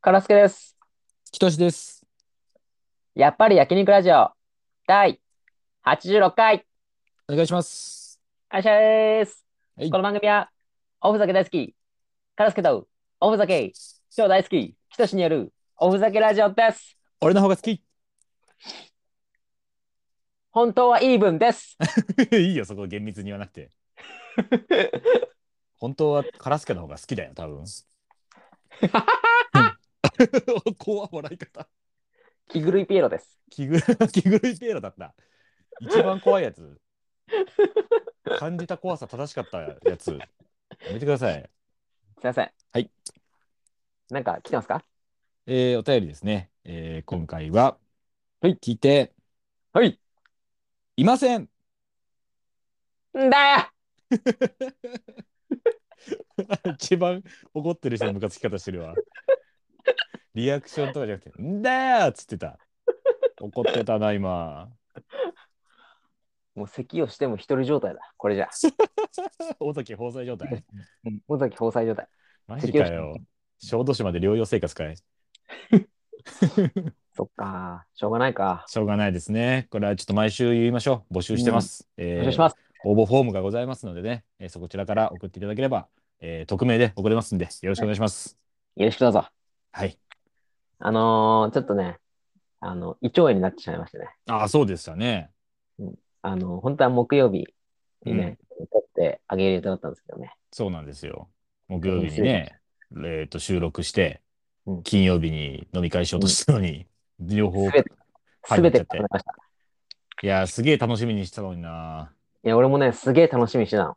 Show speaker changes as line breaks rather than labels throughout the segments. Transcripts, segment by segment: カラスケです。
きとしです。
やっぱり焼肉ラジオ第86回、
お願いします。
あっしゃーです。
はい
この番組は、おふざけ大好き、カラスケとおふざけ、超大好き、ひとしによるおふざけラジオです。
俺の方が好き。い
本当はイーブン です。
いよ、そこ厳密に言わなくて。本当はカラスケの方が好きだよ、多 分。うん怖っ笑い方。
気狂いピエロです。
気ぐ気狂いピエロだった。一番怖いやつ。感じた怖さ正しかったやつ。やめてください。
すいません。
はい。
なんか来てますか
えー、お便りですね。えー、今回は、
はい、
聞いて
はい。
いません。
んだよ
一番怒ってる人のムカつき方してるわ。リアクションとかじゃなくて、んだよっつってた。怒ってたな、今。
もう咳をしても一人状態だ。これじゃ。
尾崎放災状態。
尾崎放災状態。
マジかよ。小豆島で療養生活かい。
そっか。しょうがないか。
しょうがないですね。これはちょっと毎週言いましょう。募集してます。え
お
ー
願いします。
応募フォームがございますのでね、えーそこちらから送っていただければ、えー匿名で送れますんで、よろしくお願いします。
よろしくどうぞ。
はい。
あのーちょっとね、あの、胃腸炎になってしまいましてね。
ああ、そうでしたね。
あの、本当は木曜日にね、撮ってあげる予定だったんですけどね。
そうなんですよ。木曜日にね、えー、と収録して
うん、
金曜日に飲み会しようとしたのに、両方。
すべて
はい
すべて
やっちゃって
叶いました。
いやー、すげえ楽しみにしてたのにな。
いや、俺もね、すげえ楽しみにしてたの。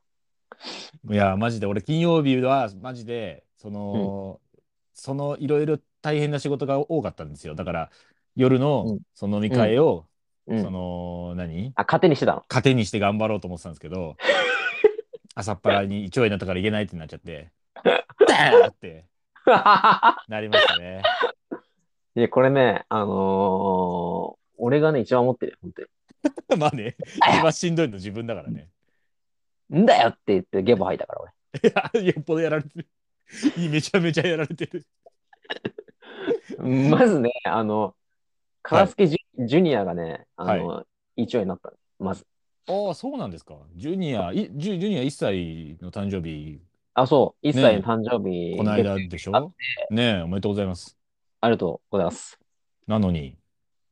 いやー、マジで、俺、金曜日は、マジで、その、その、いろいろ大変な仕事が多かったんですよ。だから、夜
うん
の、その飲み会を、
う
そ
ん。
の、何
あ、糧にしてたの。
糧にして頑張ろうと思ってたんですけど、朝っぱらに胃腸炎になったから言えないってなっちゃって、だーってなりましたね。
いや、これね、あのー俺がね、一番思ってるよ、本当
まあね、一番しんどいの自分だからね。
に。んだよって言ってゲボ吐いたから、俺。
いやよっぽどやられてる。 いいめちゃめちゃやられてる。
まずね、あの、カラスケジュ,、ジュニアがね、あの、胃腸炎になったの。まず。
ああ、そうなんですか。ジュニア、いジュジュニア1歳の誕生日、
あ、そう、1
ね
歳の誕生日、
この間でし
あ
ょねえ、おめでとうございます。
ありがとうございます。
なのに、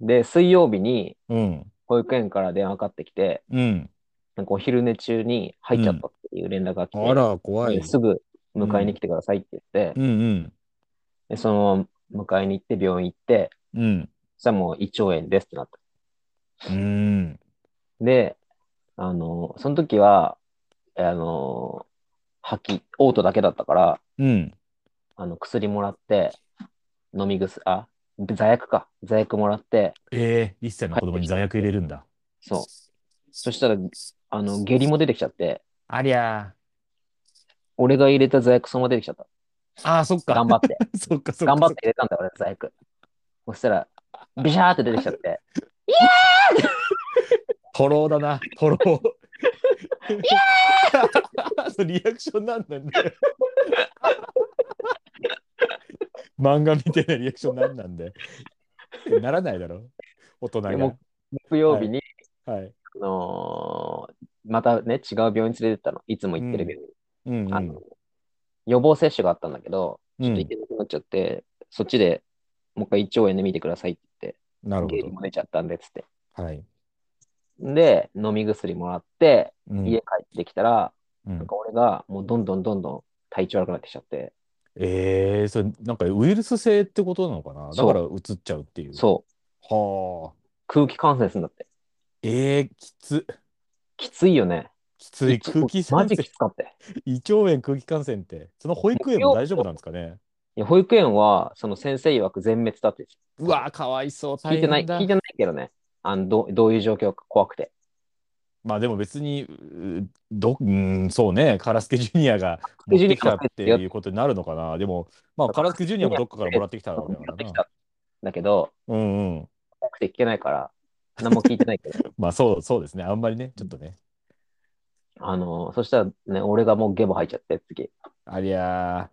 で、水曜日に
うん、
保育園から電話かかってきて、
うん。
なんかお昼寝中に入っちゃったっていう連絡が来て、
あら、怖い
で。すぐ迎えに来てくださいって言って、
うんうん、
でそのまま迎えに行って病院行って、
うん、
そしたらもう胃腸炎ですってなった。
うん。
で、あの、その時は、あの、吐き、嘔吐だけだったから、
うん、
あの、薬もらって、飲み薬、あ、座薬か。座薬もらって、
ええ1歳の子供に罪悪入れるんだ。
そう。そしたら、あの、下痢も出てきちゃって、
ありゃ
俺が入れた座薬そのまま出てきちゃった。
ー。ああ、そっか。
頑張って。
そっか、そっか。
頑張って入れたんだ、俺、座薬。そしたら、ビシャーって出てきちゃって、
とろだな、とろ。 そうリアクションなん なんだよ。漫画みたいなリアクションなんなんだよ。ならないだろ、大人が。
でも木曜日に、
はい。
あのーまたね、違う病院連れてったの。いつも行ってる病院。
うん、う
あ
ん
の予防接種があったんだけど、
う
ちょっと行
ん。
けなくなっちゃって、そっちでもう一回胃腸炎で見てくださいって言って、
なる
下痢
ほ
も出ちゃったんでっつって。
ど。はい。
で、飲み薬もらって、
うん
家帰ってきたら、
うん
なんか俺がもうどんどんどんどん体調悪くなってきちゃって、
えー、それなんかウイルス性ってことなのかなだからうつっちゃうっていう。
そう、
はあ。
空気感染するんだって。
えー、きつ、
きついよね。
きつい空気
マ
感
ジ
染
き。つかったよ。
胃腸炎空気感染って、その保育園も大丈夫なんですかね
いや保育園は、その先生曰く全滅だって。
うわー、かわいそう。
聞いてない、
大変だ
聞いてないけどね。あのどうどういう状況か怖くて。
まあでも別に、うど、うん、そうね、カラスケジュニアが
カラスケ
持
ジュ
っ
ニ
て
ア
きたっていうことになるのかな。でも、まあカラスケジュニアもどっかからもらってきたわけだから
でき
な。
ただけど、
うんうん。
怖くて聞けないから、何も聞いてないけど。
まあそう、そうですね。あんまりね、ちょっとね。
あの、そしたらね、俺がもうゲボ吐いちゃって、次。
ありゃ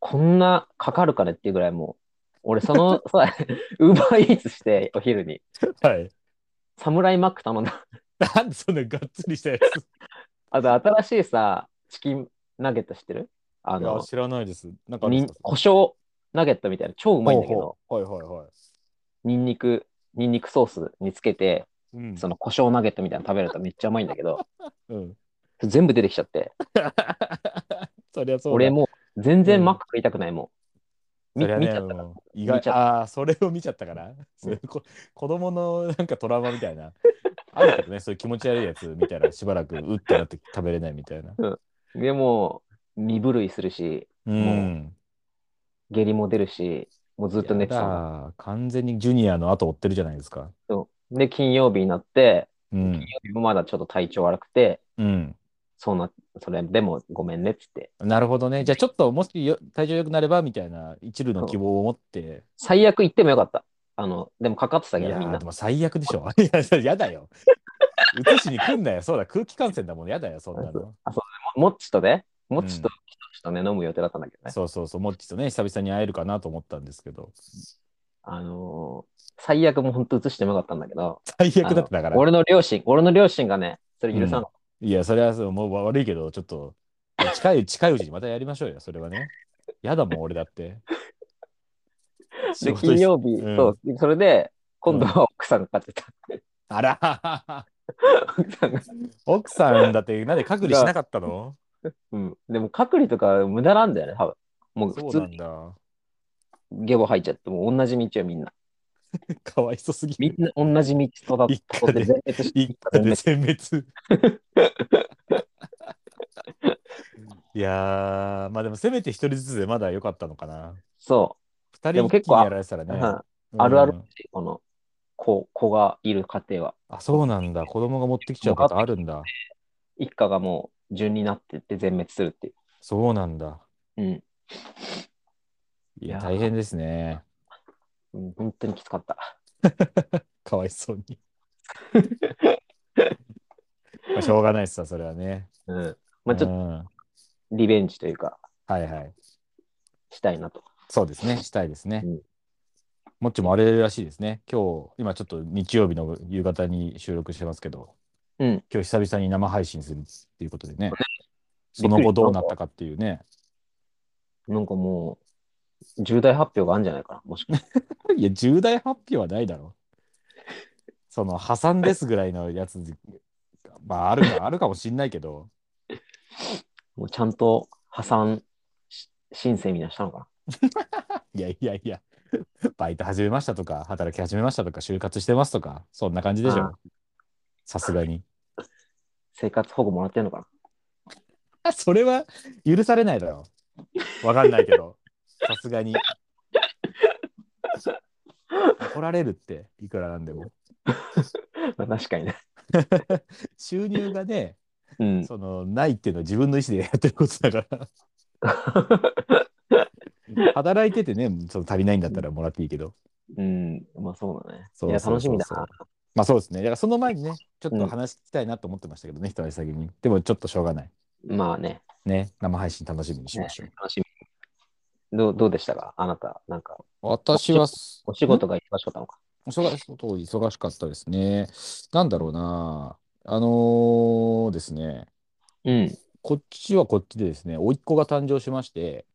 こんなかかるかねっていうぐらいもう、俺そ の、さ、ウーバーイーツして、お昼に。
はい。
サムライマック頼んだ。
なんでそんながっつりしたや
あと、新しいさ、チキンナゲット知ってるあ
つ。いや、
の、
知らないです。なんかある
に
ん
ん
ですか
胡椒ナゲットみたいな、超うまいんだけど、
ほうほうはいはいはい。
ニンニク、ニンニクソースにつけて、
うん。
その胡椒ナゲットみたいなの食べるとめっちゃうまいんだけど、
うん、
全部出てきちゃって、
そりゃそうだ。
俺もう全
う
然
ん
マック食いたくないもん。
そ
み
りゃ
見
ね
ちゃったから。
もう意外
見ちゃっ
ああ、それを見ちゃったから。そういうこ子供のなんかトラウマみたいな。 あるけどね、そういう気持ち悪いやつみたいな、しばらくうってなって食べれないみたいな。
でもう、身震いするし、
うん。
下痢も出るし、もうずっと寝てたの
やだ完全にジュニアの後追ってるじゃないですか。
そうで、金曜日になって、
うん
金。曜日もまだちょっと体調悪くて、
うん。
そうな、それでもごめんねっつって。
なるほどね。じゃあちょっともしよ体調良くなればみたいな一縷の希望を持って。
最悪行ってもよかった。あの、でもかかってた
い
けど、
や
みん
ー
な
で。も最悪でしょ。 いや、やだよ。うつしに来んなよ。そうだ、空気感染だもん。やだよ、そんなの。
もっちとね、もっちと、ひとしとね、飲む予定だったんだけどね。
そうそうそう、もっちとね、久々に会えるかなと思ったんですけど。
あのー最悪も本当映してもよかったんだけど、
最悪だっただか
あ
ら
の。俺の両親、俺の両親がね、それ許さなかっ
いや、それはそうもう悪いけど、ちょっと、近い、近いうちにまたやりましょうよ、それはね。やだもん、俺だって。
た。
仕
で、
事
金
い
曜日、
うん
そう、それで、今度は奥さんがかかってた。
あら、
奥さんが。
奥さんだって、なんで隔離しなかったの
うん。でも、隔離とか無駄なんだよね、多分。もう
そ
普
う
通、
なんだ。
ゲボ吐いちゃって、もう同じ道よ、みんな。
かわいそすぎ
み
る。
んな同じ道とだっ
一
たで
家で
全滅して
一家で全滅。いやー、まあでもせめて一人ずつでまだ良かったのかな。
そ
二
で
人
も
一気
結
に
構
やられてたら
う、
ね
う。んあるある
うん
この子子がいる家庭は。
あ、そうなんだ。子供が持ってきちゃう方あるんだ。
一家がもう順になってって全滅するっていう。
そうなんだ。
うん
いや、
いやー
大変ですね。
うん、本当にきつかった。
かわいそう に。まあしょうがないっすわ、それはね。
うん。まあちょっと
うんは
リベンジというか、
いはい。
したいなと。
そうですね、したいですね。
うん
もっちもあれらしいですね。今日、今ちょっと日曜日の夕方に収録してますけど、
うん
今日久々に生配信するっていうことでね、
び
そ
っくり
の後どうなったかっていうね。
なんかもう、重大発表があるんじゃないかな。もしかして。
いや、重大発表はないだろ。その破産ですぐらいのやつ、まあ、あるか、あるかもしんないけど、
もうちゃんと破産し申請みんなしたのか
いやいやいや、バイト始めましたとか、働き始めましたとか、就活してますとか、そんな感じでし
あ
ょ。さすがに。
な。生活保護もらってんのかな。
それは許されないだろ。わかんないけど、さすがに。怒られるって、いくらなんでも。
まあ確かにね。
収入がね、
うん。
その、ないっていうのは自分の意思でやってることだから。 働いててね、その足りないんだったらもらっていいけど。
うん。まあそうだね。
そう
いや、
そう
楽し
そうそう
みだな。
まあそうですね。だからその前にね、ちょ
う
っと
ん
話聞きたいなと思ってましたけどね、一足先に。でもちょっとしょうがない。
まあね。
ね、生配信楽しみにしましょう。
楽しみ。どうどうでしたかあなた、なんか、
私は、
お仕事が忙しかったのか。
お仕事忙しかったですね。なんだろうな。あのーですね、
うん。
こっちはこっちでですね、甥っ子が誕生しまして、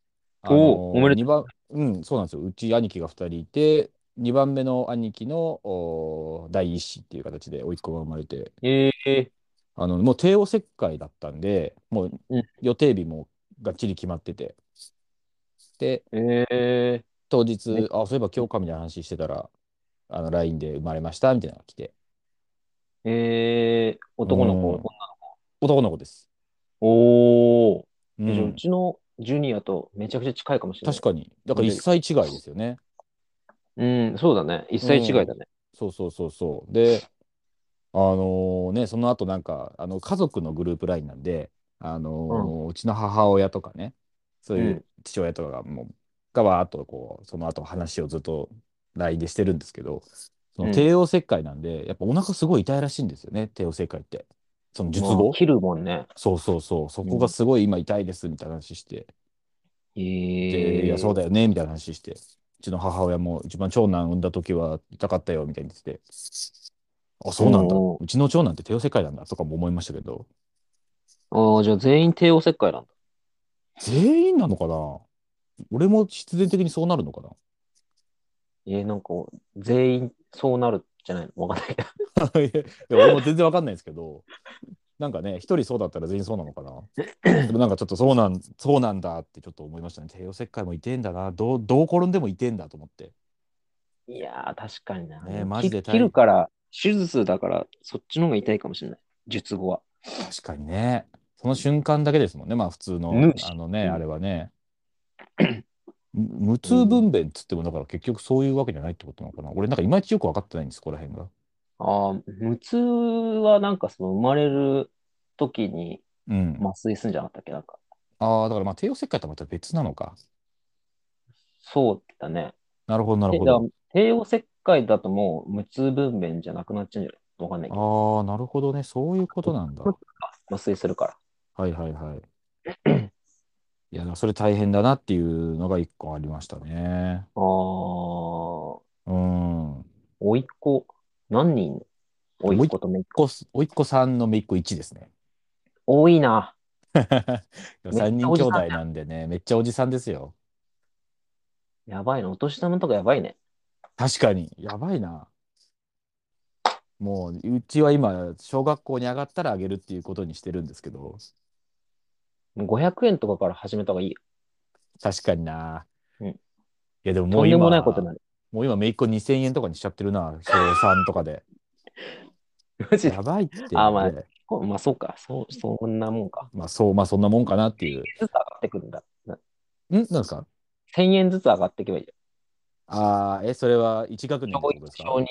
おおおめで
とう。番、うん、そうなんですよ。うち兄貴が2人いて、2番目の兄貴のおー第一子っていう形で甥っ子が生まれて、
ええ
あのもう帝王切開だったんで、もう
うん
予定日もがっちり決まってて、で、
ええ
当
ね
日、あ、そういえば今日かみたいな話してたら、あの LINE で生まれましたみたいなのが来て、
ええ男の
うん
子。
男の子です。
おお、
う、
えじゃあうんちのジュニアとめちゃくちゃ近いかもしれない。
確かに。だから1歳違いですよね。
うん、そうだね。一切違いだね。
そうそうそうそう。で、あのね、その後なんか、あの家族のグループラインなんで、あのーうちの母親とかね、そうい
ん
う父親とかがもう、がわーっとこう、その後話をずっと LINE でしてるんですけど、そ
うん
の帝王切開なんで、やっぱお腹すごい痛いらしいんですよね、帝王切開って。その術
まあ
後。
切るもんね。
そうそうそう、そこがすごい今痛いですみたいな話して。
え
で、
え
いや、そうだよね、みたいな話して。うちの母親も一番長男産んだ時は痛かったよ、みたいに言ってて。あ、そうなんだ。
おー
うちの長男って帝王切開なんだとかも思いましたけど。
ああ、じゃあ全員帝王切開なんだ。
全員なのかな俺も必然的にそうなるのか
えー、なんか、全員そうなるじゃないのわ かんないけど。
な いやいや俺も全然わかんないですけど。なんかね、一人そうだったら全員そうなの かなでもなんかちょっとそうなん、そうなんだってちょっと思いましたね。帝王切開も痛えんだな。どう、どう転んでも痛えんだと思って。
いやー、確かにな。
ねマジで大
切切
変
るから、手術だから、そっちの方が痛いかもしれない。術後は。
確かにね。その瞬間だけですもんね。まあ普通の
無、視
あのね、
うん
あれはね。無無痛分娩っつっても、だから結局そういうわけじゃないってことなのかな。俺なんかいまいちよく分かってないんです、ここら辺が。
ああ、無痛はなんかその生まれる時に
うん。
麻酔するんじゃなかったっけなんか、
ああ、だからまあ帝王切開とはまた別なのか。
そうだね。
なるほど、なる
で
ほ
だから
ど。
帝王切開だともう無痛分娩じゃなくなっちゃうんじゃないわかんないけど、
ああ、なるほどね。そういうことなんだ。
麻酔するから。
はいはいはい。いや、それ大変だなっていうのが一個ありましたね。
ああ、お
うん。
いっ子、何人いんのおいっ子とめっ子。
おっ子おいっ子さんのめいっ子1ですね。
多いな。 めっちゃ
3人兄弟なんでね、めっちゃおじさんですよ。
やばいな。お年玉とかやばいね。
確かに、やばいな。もう、うちは今、小学校に上がったらあげるっていうことにしてるんですけど、
500円とかから始めた方がいいよ。
確かにな。
うん
いや、でもも
と
うん
で
今、
もないことにな る。
もう今、めいっ子2000円とかにしちゃってるな、小3と かで。
マジで
やばいって。
あまあ
で
こまあ、そうか。そう、そんなもんか。
まあ、そう、まあ、そんなもんかなっていう。
ずつ上がってくるんだ。なん
なんですか
1000円ずつ上がっていけばいいじ
ああ、え、それは1学
ゃん。
年って
小
こと
1
です、か
小2、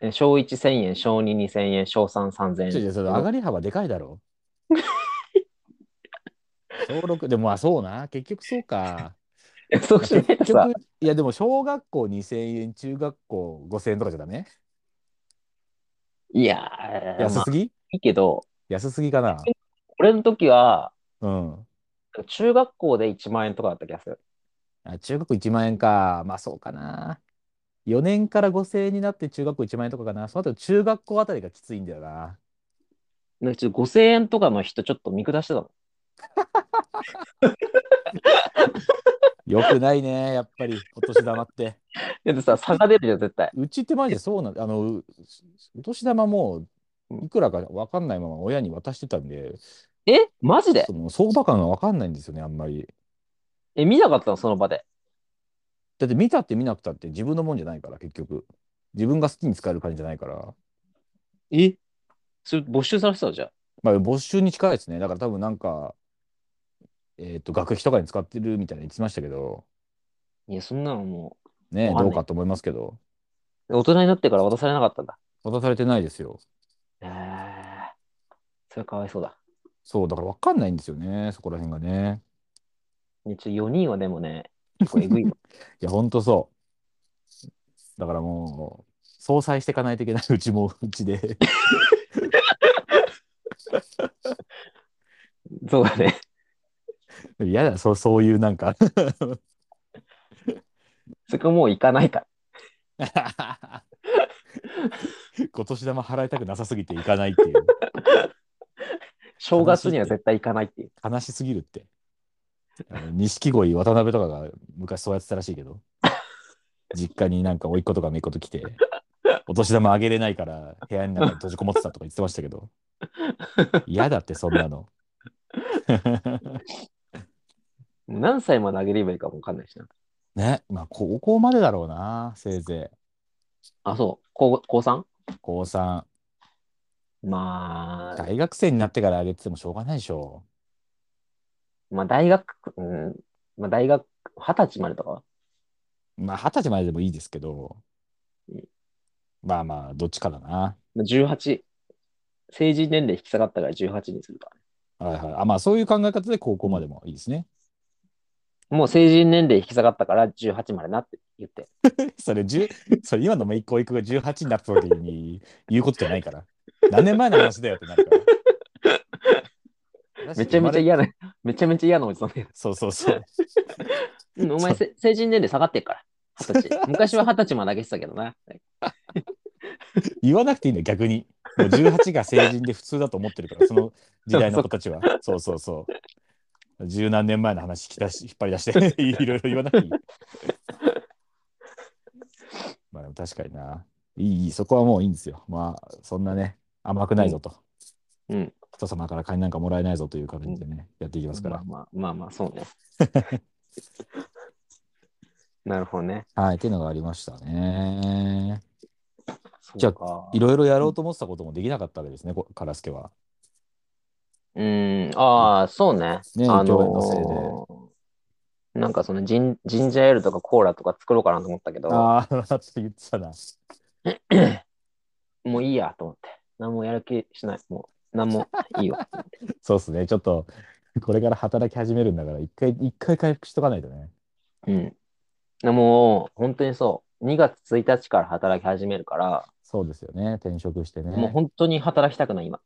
え小1、1000円、小2、2000円、小3、3000円。
ちょいちょいそれ上がり幅でかい だろ。小6、でもまあそうな、結局そうか。
そうしないと
結
さ
局、いやでも小学校2000円、中学校5000円とかじゃダメ
いやー、ま
安
あ
すぎ、
いいけど、
安すぎかな。
俺の時は、
うん。
中学校で1万円とかだった気がする。
あ中学校1万円か。まあそうかな。4年から5000円になって中学校1万円とかかな。その後中学校あたりがきついんだよな。
なんかちょっと5000円とかの人ちょっと見下してたの。
よくないね、やっぱり、お年玉って。
だってさ、差が出るじゃん、絶対。
うちってマジでそうなんあの、うお年玉もいくらか分かんないまま親に渡してたんで、
えマジで
その相場感が分かんないんですよね、あんまり。
え、見なかったのその場で。
だって見たって見なくたって自分のもんじゃないから、結局。自分が好きに使える感じじゃないから。
えそれ没収されてたのじゃん。
まあ、没収に近いですね。だから多分なんか、えっ、と、学費とかに使ってるみたいに言ってましたけど、
いや、そんなのも
ね、
わかん
ど
ないう
かと思いますけど、
う、大人になってから渡されなかったんだ。
渡されてないですよ。
えー、それかわいそうだ。
そう、だから分かんないんですよね、そこら辺がね。
ねちょ4人はでもね、結構えぐい よ。
いや、ほんとそう。だからもう、相殺していかないといけない、うちもうちで。
そうだね。
嫌だ、そうそういうなんか
そこもう行かないから。
お年玉払いたくなさすぎていかないっていう。
正月には絶対行かないっていう。
悲しすぎるって。あの錦鯉渡辺とかが昔そうやってたらしいけど、実家になんか甥っ子とか姪っ子と来て、お年玉あげれないから部屋の中に閉じこもってたとか言ってましたけど、嫌だってそんなの。
もう何歳まであげればいいかもわかんないしな。
ね、まあ高校までだろうな、せいぜ
あ、そう。高高 3?
い。高3。
まあ、
大学生になってからあげててもしょうがないでしょ
まあ大学、うん、まあ大学、二十歳までとかは
う。まあ二十歳まででもいいですけど
うん、
まあまあ、どっちかだな。
まあ ?18。成人年齢引き下がったから18にするからね。
はいはい。あまあそういう考え方で高校までもいいですね。
もう成人年齢引き下がったから18までなって言って。
それ10、それ今のめいっ子いくが18になった時に言うことじゃないから。何年前の話だよってなるか ら。
めちゃめちゃ嫌な、めちゃめちゃ嫌なおじさんだよ。
そうそうそう。
うんお前せ、成人年齢下がってるから。二十 歳。昔は二十歳まで上げてたけどな。
言わなくていいんだよ、逆に。もう18が成人で普通だと思ってるから、その時代の子たちは。そうそうそう。十何年前の話引き出し引っ張り出して、 いろいろ言わなくていい。まあでも確かにな。いい、そこはもういいんですよ。まあ、そんなね、甘くないぞと。
うん。
人様から金なんかもらえないぞという感じでね、やっていきますか
まあ
ら。
まあ、まあまあ、そう ね。なるほどね。
はい、っていうのがありましたね。じゃあ
あ
いろいろやろうと思ってたこともできなかったわけですね、こカラスケは。
うん、ああ、そうね。
ね
あ
共演のせいで
ーなんかそのジン、ジンジャーエールとかコーラとか作ろうかなと思ったけど、
ああ、 ちょっと言ってたな。
もういいやと思って。何もやる気しない。もう、何もいい よ。
そうですね、ちょっと、 これから働き始めるんだから、一回、一回回復しとかないとね。
うん。でも、本当にそう。2月1日から働き始めるから、
そうですよね、転職してね。
もう本当に働きたくない今。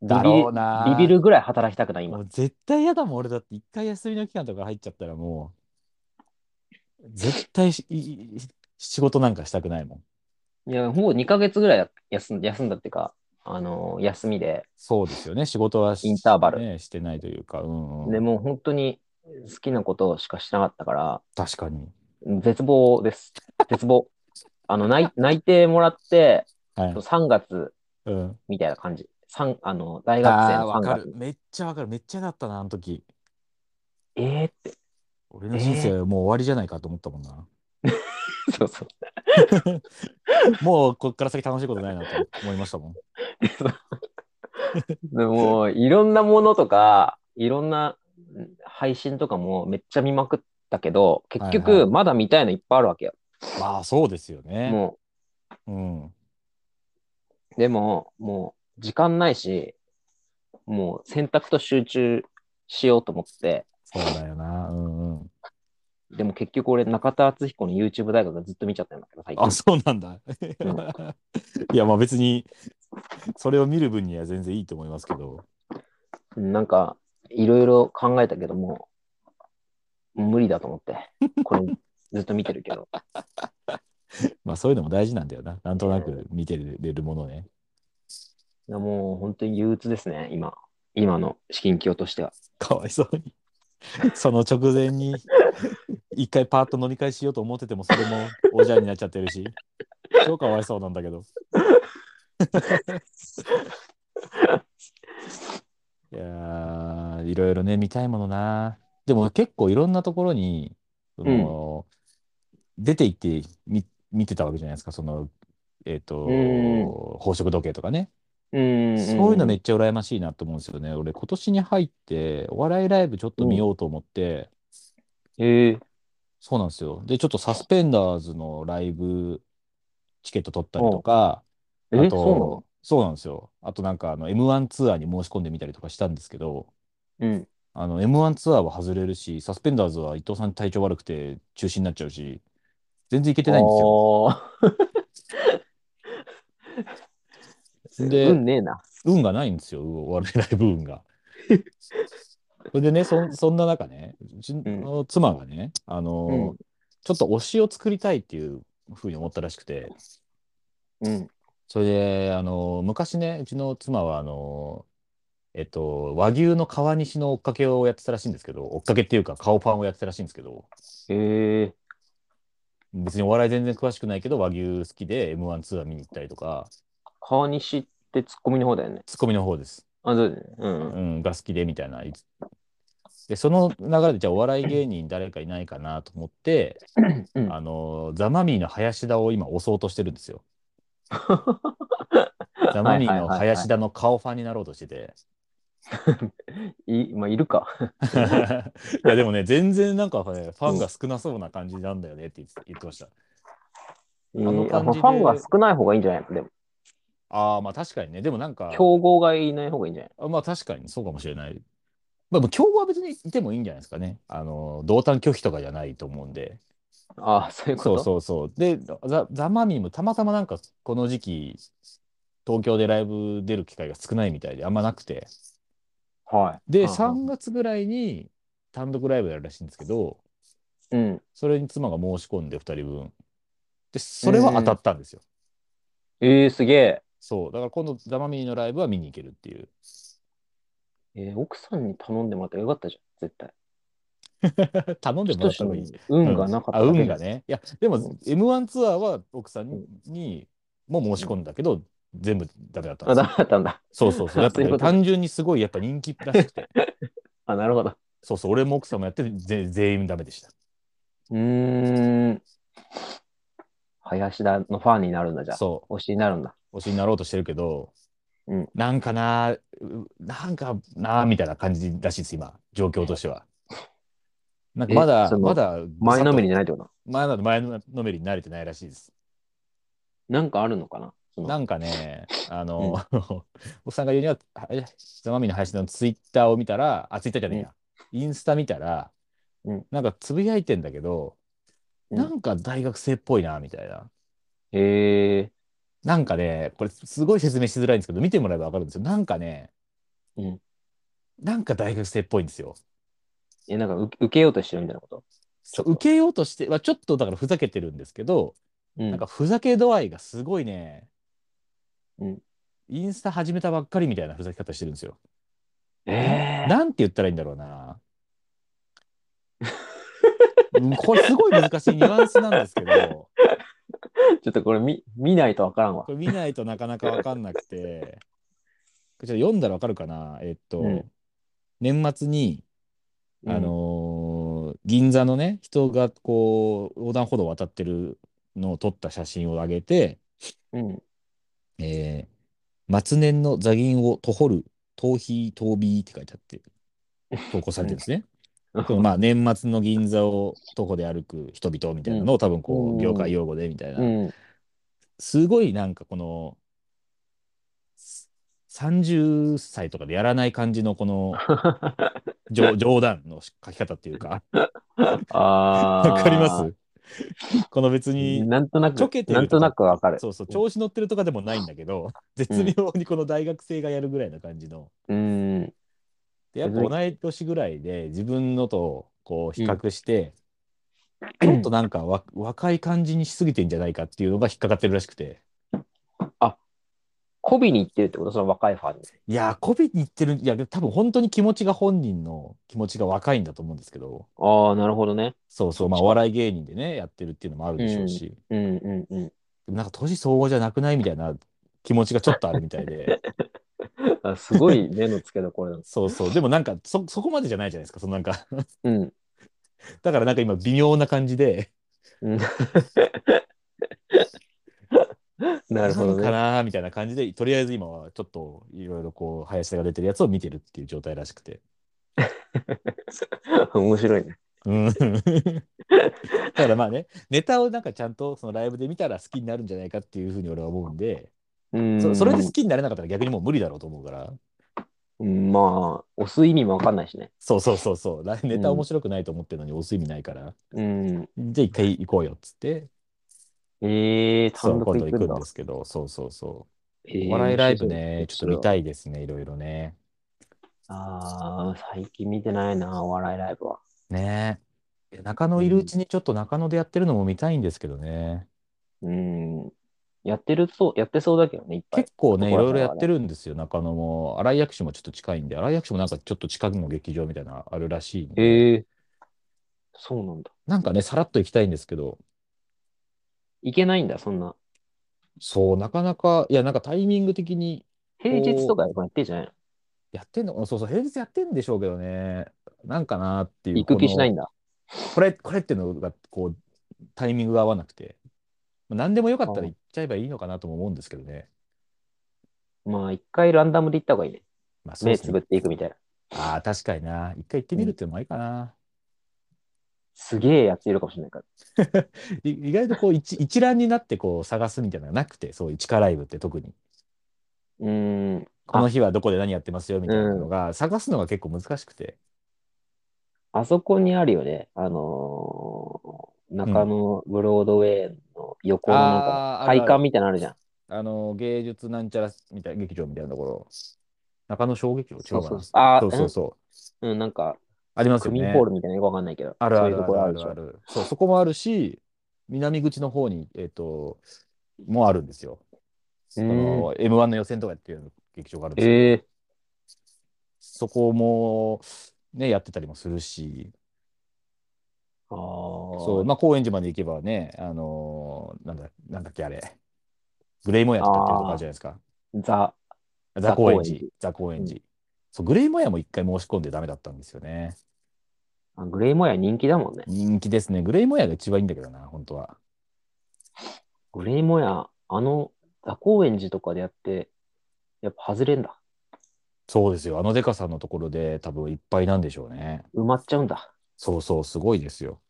ビ
だろうな
ビビるぐらい働きたくない
も
今。
う絶対嫌だもん、俺だって、一回休みの期間とか入っちゃったらもう、絶対しいい仕事なんかしたくないもん。
いや、ほぼ2ヶ月ぐらい休ん休んだっていうか、あのー休みで、
そうですよね、仕事はし
インターバル
ね、してないというか、うん、う
で
ん。
もう本当に好きなことしかしてなかったから、
確かに。
絶望です。絶望。 あの、内内定もらって、
はい。
3月
うん、
みたいな感じ。三あの大学生
ああ、
の
わ
3
かる。
月。
めっちゃわかる。めっちゃだったな、あの時。
ええー、って。
俺の人生もう終わりじゃないかと思ったもんな。
そうそう。
もうこっから先楽しいことないなと思いましたもん。
でも、いろんなものとか、いろんなうん配信とかもめっちゃ見まくったけど、結
はいは
局、まだ見たいのいっぱいあるわけよ。
まあそうですよね。
も
うん、
う、でも、もう、時間ないし、もう、選択と集中しようと思って、
そうだよな。うんうん、
でも結局俺、中田敦彦の YouTube 大学ずっと見ちゃったんだけど、最近
あ。そうなんだ。 いやまあ別にそれを見る分には全然いいと思いますけど。
なんか、いろいろ考えたけども、無理だと思って、こ れ、ずっと見てるけど。
まあそういうのも大事なんだよな。なんとなく見てれるものね。
いやもう、本当に憂鬱ですね、今。今の至近況としては。
かわいそう に。その直前に一回パーッと飲み会しようと思っててもそれもおじゃんになっちゃってるし。超かわいそうなんだけ ど。いやーいろいろね見たいものな。でも結構いろんなところにその、出て行ってみ見てたわけじゃないですかそのえっ、と、
うん
宝飾時計とかね。
うんんん
そういうのめっちゃ羨ましいなと思うんですよね。俺、今年に入って、お笑いライブちょっと見ようと思って、
ええ
そうなんですよ。で、ちょっとサスペンダーズのライブチケット取ったりとか、
え
あ
そ
と、そうなんですよ。あとなんか、あの、M1 ツアーに申し込んでみたりとかしたんですけど、
うなのうん。
あの、M1 ツアーは外れるし、サスペンダーズは伊藤さん体調悪くて中止になっちゃうし、全然行けてないんですよ。
よ。
で
うんねえな。
運がないんですよ、お笑いライブ 運が。それでね、そんそんな中ね、うちの妻がね、あのー
うん
ちょっと推しを作りたいっていうふうに思ったらしくて、
うん。
それで、あのー昔ね、うちの妻は、あのーえっと、和牛の川西の追っかけをやってたらしいんですけど、追っかけっていうか、顔パンをやってたらしいんですけど、
ええ
別にお笑い全然詳しくないけど、和牛好きで M1 ツアー見に行ったりとか、
川西ってツッコミの方だよね。
ツッコミの方です。
あ、そうだよね。うん。
うん、が好きでみたいな。いつで、その流れで、じゃあお笑い芸人誰かいないかなと思って、
うん
あの、ザ・マミィの林田を今押そうとしてるんですよ。ザ・マミィの林田の顔ファンになろうとしてて。
い、まあ、いるか。
いや、でもね、全然なんかね、ファンが少なそうな感じなんだよねって言って言ってました。
ええ
の感じで
あまあファンが少ない方がいいんじゃないのでも、
ああ、まあ確かにね、でもなんか、
競合がいない方がいいんじゃない
あまあ確かにそうかもしれない。まあ、でも競合は別にいてもいいんじゃないですかね。あの、同担拒否とかじゃないと思うんで。
ああ、そういうこ
そう
と
そうそう。で、ザ・ザ・マミィもたまたまなんかこの時期、東京でライブ出る機会が少ないみたいで、あんまなくて、
はい。
で、
うん
3月ぐらいに単独ライブやるらしいんですけど、
うん。
それに妻が申し込んで2人分。で、それは当たったんですよ。
えー、すげえ。
そう。だから今度、ザマミーのライブは見に行けるっ ていう。
えー奥さんに頼んでもらったらよかったじゃん、絶対。
頼んでもらった方がいい。
運がなかった
う
だ
ん
け
あ
で
運が。ね。いや、でも M1 ツアーは奥さんにも申し込んだけど、全部ダメだったん
あ、
で
ダ
すよ
メだったんだ。
そうそうそう。やっぱ
そういう
ね
こと
単純にすごいやっぱ人気らしくて。
あ、なるほど。
そうそう、俺も奥さんもやっててぜ全員ダメでした。
うーん。林田のファンになるんだ、じゃあ。
そ
推しになるんだ。
う。推しになろうとしてるけど、
うん
なんかなー、うなんかなーみたいな感じらしいです、今、状況としては。なんかま
え
だ、
その
まだ、
前のめり
に
じゃないってこと
まだ前のめりに慣れてないらしいです。
なんかあるのかなその
なんかね、あの、 おっさんが言うには、はざまみの林のツイッターを見たら、あ、ツイッターじゃねえや、インスタ見たら、
うん
なんかつぶやいてんだけど、
うん
なんか大学生っぽいな、みたいな。
へえ
なんかね、これすごい説明しづらいんですけど、見てもらえばわかるんですよ。なんかね、
うん
なんか大学生っぽいんですよ。
え、なんか受け受けようとしてるみたいなこと
そ
ちょっ
う
と
受けようとしては、ちょっとだからふざけてるんですけど、
うん。
なんかふざけ度合いがすごいね、
うん
インスタ始めたばっかりみたいなふざけ方してるんですよ。
えー、
なんて言ったらいいんだろうな。うんこれすごい難しいニュアンスなんですけど、
ちょっとこれ見見ないとわからんわ
こ。れ見ないとなかなかわかんなくて、これちょっと読んだらわかるかな。えっと、
うん
年末に、あのー銀座のね、人がこう、横断歩道を渡ってるのを撮った写真を上げて、
うん、
えー末年の座銀をとほる、逃避、逃避って書いてあって、投稿されてるんですね。
うん
このまあ年末の銀座を徒歩で歩く人々みたいなのを多分こ
うん
う業界用語でみたいな、
うん。
すごいなんかこのす30歳とかでやらない感じの この冗冗談の書き方っていうか
あー
わかりますこの別に
なんとな
ちょ
く
け、てるとか
なんとなくわかる。
そうそう調子乗ってるとかでもないんだけど絶妙にこの大学生がやるぐらいな感じの
うん。
でやっぱ
別に
同い年ぐらいで自分のとこう比較して、
うん
ちょっとなんかわ若い感じにしすぎてんじゃないかっていうのが引っかかってるらしくて
媚びに行ってるってことその若いファンに。
いやーこびにいってるいや多分本当に気持ちが本人の気持ちが若いんだと思うんですけど
ああ、なるほどね。
そうそうまあお笑い芸人でねやってるっていうのもあるでしょうし、
うんうんうん。
でもなんか年相応じゃなくないみたいな気持ちがちょっとあるみたいで
あすごい目の付けどころ なんです。
そうそうでもなんかそそこまでじゃないじゃないですかそのなんか
うん。
だからなんか今微妙な感じで
うん、なるほど
んか
ね。
なーみたいな感じで、とりあえず今はちょっといろいろこう、林田が出てるやつを見てるっていう状態らしくて。
面白いね。
うん。だからまあね、ネタをなんかちゃんとそのライブで見たら好きになるんじゃないかっていうふうに俺は思うんで、
うん
そそれで好きになれなかったら逆にもう無理だろうと思うから、
うんまあ、押す意味もわかんないしね。
そうそうそうそう、ラネタ
うん
面白くないと思ってるのに押す意味ないから、
うん。
じゃあ一回行こうよっつって、
ええー、
そ
単
う今
独
度
行
行
く
く
ん
ん
だ
で。すけど、そうそうそう。
えー
お笑いライブね、ちょっと見
い。
たいですね、いろいろね。
ああ、最近見てないな、お笑いライブは。
ねえ。いや中野いるうちにちょっと中野でやってるのも見たいんですけどね。
うん。やってるそう、やってそうだけどね、いっぱい。
結構ね、い
そこら
ろい
辺はね
ろやってるんですよ、中野も。新井薬師もちょっと近いんで、新井薬師もなんかちょっと近くの劇場みたいなのあるらしいんで、
ええー。そうなんだ。
なんかね、さらっと行きたいんですけど、
いけないんだ、そんな。
そう、なかなか、いや、なんかタイミング的に
平日とかやってんじゃないの
やってんのかな、そうそう、平日やってんでしょうけどね、なんかなっていう、
行く気しない
こ
んだ。
のこれ、これっていうのが、こう、タイミングが合わなくて、まあ何でもよかったら行っちゃえばいいのかなとも思うんですけどね。
まあ、一回ランダムで行った方がいいね。
まあ、そう
目
です
つぶ
ね
っ。ていくみたいな。
ああ、確かにな。一回行ってみるっていうのもいいかな。
すげえやついるかもしれないから。
い意外とこう一、一覧になってこう探すみたいなのがなくて、そういう地下ライブって特に。
うーん。
この日はどこで何やってますよみたいなのが、探すのが結構難しくて。
あそこにあるよね。あのー中野ブロードウェイの横のなんか、
あーあるあ
会
る
館みたいなのあるじゃん。
あの、芸術なんちゃらみたいな劇場みたいなところ。中野衝撃場違うかな。
そうあー
そうそうそう。
うん、なんか、
あります
ク
よ
ミン
ね
ホー。ルみたいなのよくわかんないけど、
あるある
そういうと
あ
ころ
る
あ
あ
るでし
る
ょ
あ。る。そう、そこもあるし、南口の方に、えっ、と、もあるんですよ。その M1 の予選とかやってる劇場があるんですよ。
ええ
そこも、ね、やってたりもするし、
ああ。
そう、まあ、高円寺まで行けばね、あのーなんだ、なんだっけ、あれ、グレイモヤとかっていうとこあるじゃないですか。
ザ。
ザ・高円
ザ
寺
高円寺、
ザ・高円寺。そう、グレイモヤも一回申し込んでダメだったんですよね。
あグレイモヤ人気だもんね。
人気ですね。グレイモヤが一番いいんだけどな、本当は。
グレイモヤ、あの、ザ・高円寺とかでやって、やっぱ外れんだ。
そうですよ。あのデカさんのところで多分いっぱいなんでしょうね。
埋まっちゃうんだ。
そうそう、すごいですよ。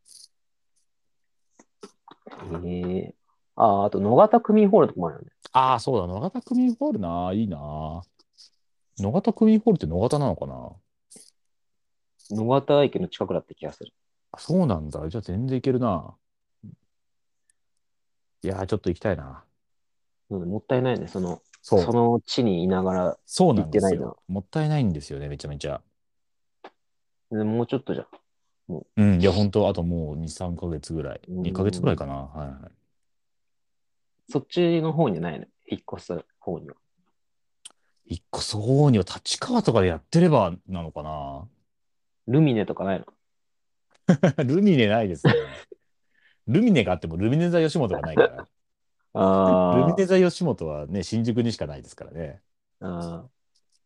ええああ、あと、野方クミンホールとかもあるよね。
ああ、そうだ、野方区民ホールな、いいな。野方区民ホールって野方なのかな
野方駅の近くだった気がする。
あそうなんだ。じゃあ全然いけるな。いやー、ちょっと行きたいな。
うん、もったいないね。その、
そう、
その地にいながら、
そうなんです
行ってないな
よ。もったいないんですよね、めちゃめちゃ。
うんもうちょっとじゃん。
うん、いや、本当あともう2、3ヶ月ぐらい。
うん
2ヶ月ぐらいかな。はいはい。
そっちの方にはないね。引っ越す方には。
一個そうには立川とかでやってればなのかな。
ルミネとかないの。
ルミネないですね。ルミネがあってもルミネ座吉本がないから。
あ
ルミネ座吉本はね、新宿にしかないですからね。
あー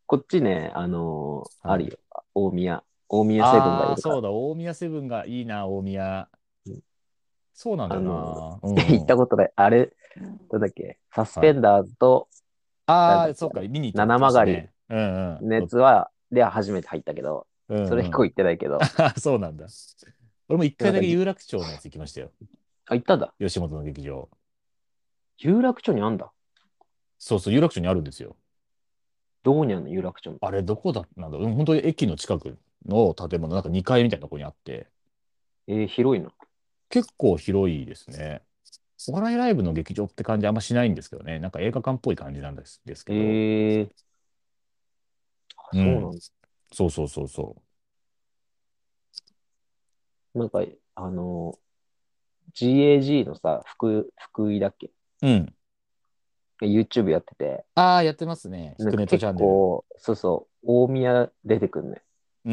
こっちね、あのー
はい
あるよ。大宮。大宮セブンがい
ああ、
るから
そうだ、大宮セブンがいいな、大宮
うん。
そうなんだよ
あ
な
の。
うん
行ったことない。あれ、なんだっけ、サスペンダーズと
あ
なんだっ
あ、
け
そうか、見に行った
七曲がり。
うんうん。
熱は、で初めて入ったけど、
うんうん
それ以降行ってないけど、
あ そうなんだ。俺も一回だけ有楽町のやつ行きましたよ。
あ、行ったんだ。
吉本の劇場。
有楽町にあんだ。
そうそう、有楽町にあるんですよ。
どこにあんの、有楽町の。
あれ、どこだなんだうん本当に駅の近くの建物、なんか2階みたいなとこにあって、
えー、広いな。
結構広いですね。お笑いライブの劇場って感じあんましないんですけどね。なんか映画館っぽい感じなんですですけど。
えー、あそうなんだ。
うんそうそうそうそう。
なんか、あのー、GAG のさ、福福井だっけ
うん。
YouTube やってて、
ああ、やってますね。
なん
低
か
めとチャ
結
ンネル。
構、そうそう、大宮出てくんね。
うん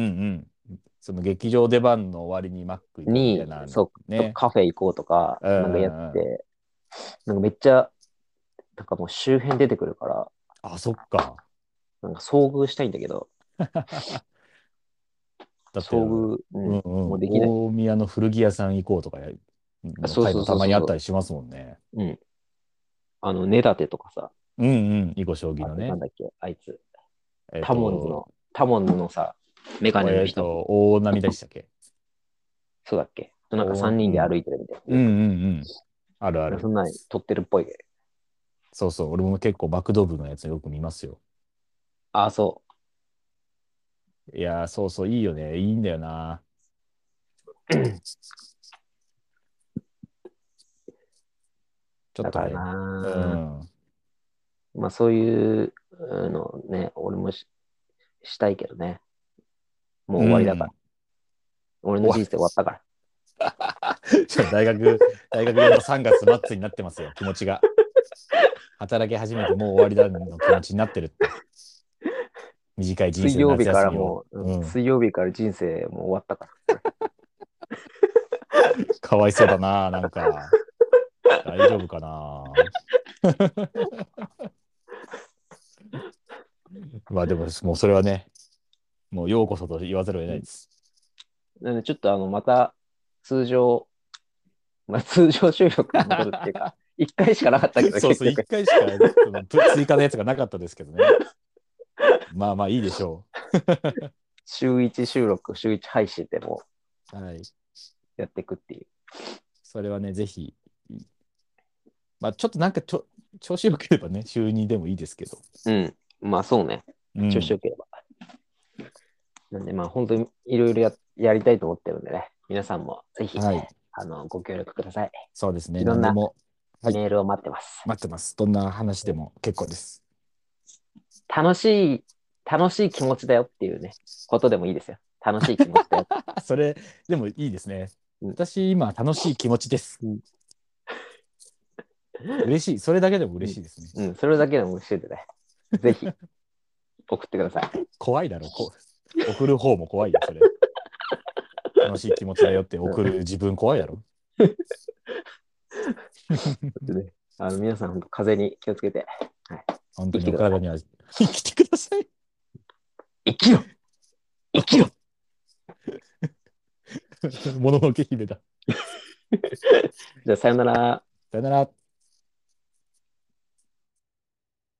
うん。その劇場出番の終わりにマック行くみ
に
たいな、。
そう
ね。
カフェ行こうとか、
うんうんうん
なんかやって、なんかめっちゃ、なんかもう周辺出てくるから、
あ、そっか。
なんか遭遇したいんだけど、
だって、
遭遇、う
うん
ん、
う
も
ん、
うできない
大宮の古着屋さん行こうとかや、の
そうそうそうそう
回もたまにあったりしますもんね。
うん。あの、根立てとかさ、
うんうん。囲碁将棋
あ
の
と
ね
なん。だっけ、あいつ、
えっと
タモンズの、タモンズのさ、メガネ
え
の
っ
人、
と、大波でしたっ け
そうだっけなんか3人で歩いてるみたい
うん
な。
うんうん。あるあ
なんかそ
る。
んなに撮ってるっぽい。
そうそう。俺も結構バックドブのやつよく見ますよ。
ああ、そ
いやー、そうそう、いいよね。いいんだ よな。ち
う。
ょ
だ
っと
から
ね。う
な、
ん。
まあそういうあのね、俺もししたいけどね。もう終わりだから。俺の人生終わったから。
うん。ちょっと大学、大学4の3月末になってますよ、気持ちが。働き始めてもう終わりだの気持ちになってるって。短い人生
水
の
曜日
夏
から
休みを
も。う、うん
うん
水曜日から人生もう終わったから。
かわいそうだな、なんか。大丈夫かな。 まあでも、もうそれはね、もうようこそと言わざるを得ないです。
なのでちょっとあの、また通常、 まあ通常収録に戻るっていう か、一回しかなかったけど、
そうそう、
結
一
局
回しかそのぷ追加のやつがなかったですけどね。まあまあいいでしょ
週一収録、週一配信でも
う。はい。
やっていくっていう。
それはね、ぜひ。まあちょっとなんかちょ調子よければね、週2でもいいですけど。
うん。まあそうね。
うん
調子よければ。なんで、まあ、本当にいろいろややりたいと思ってるんでね、皆さんもぜひ、
はい。
あのご協力ください。
そうですね。
いろん
何
な
でもはい
メールを待ってます。
待ってます。どんな話でも結構です。
楽しい、楽しい気持ちだよっていうね、ことでもいいですよ。楽しい気持ち だよ。
それ、でもいいですね。
うん
私、今、楽しい気持ちです。
うん
嬉しい。それだけでも嬉しいですね。
うん、それだけでも教えてね。ぜひ、送ってください。
怖いだろこう。送る方も怖いよ、それ。楽しい気持ちだよって送る自分怖いだろ。
ねあの皆さん、本当風邪に気をつけて。
本当に
生きて
お
ください
体には生きてください。
生きろ生きろ
もののけ姫だ。
じゃあ、さよなら。
さよなら。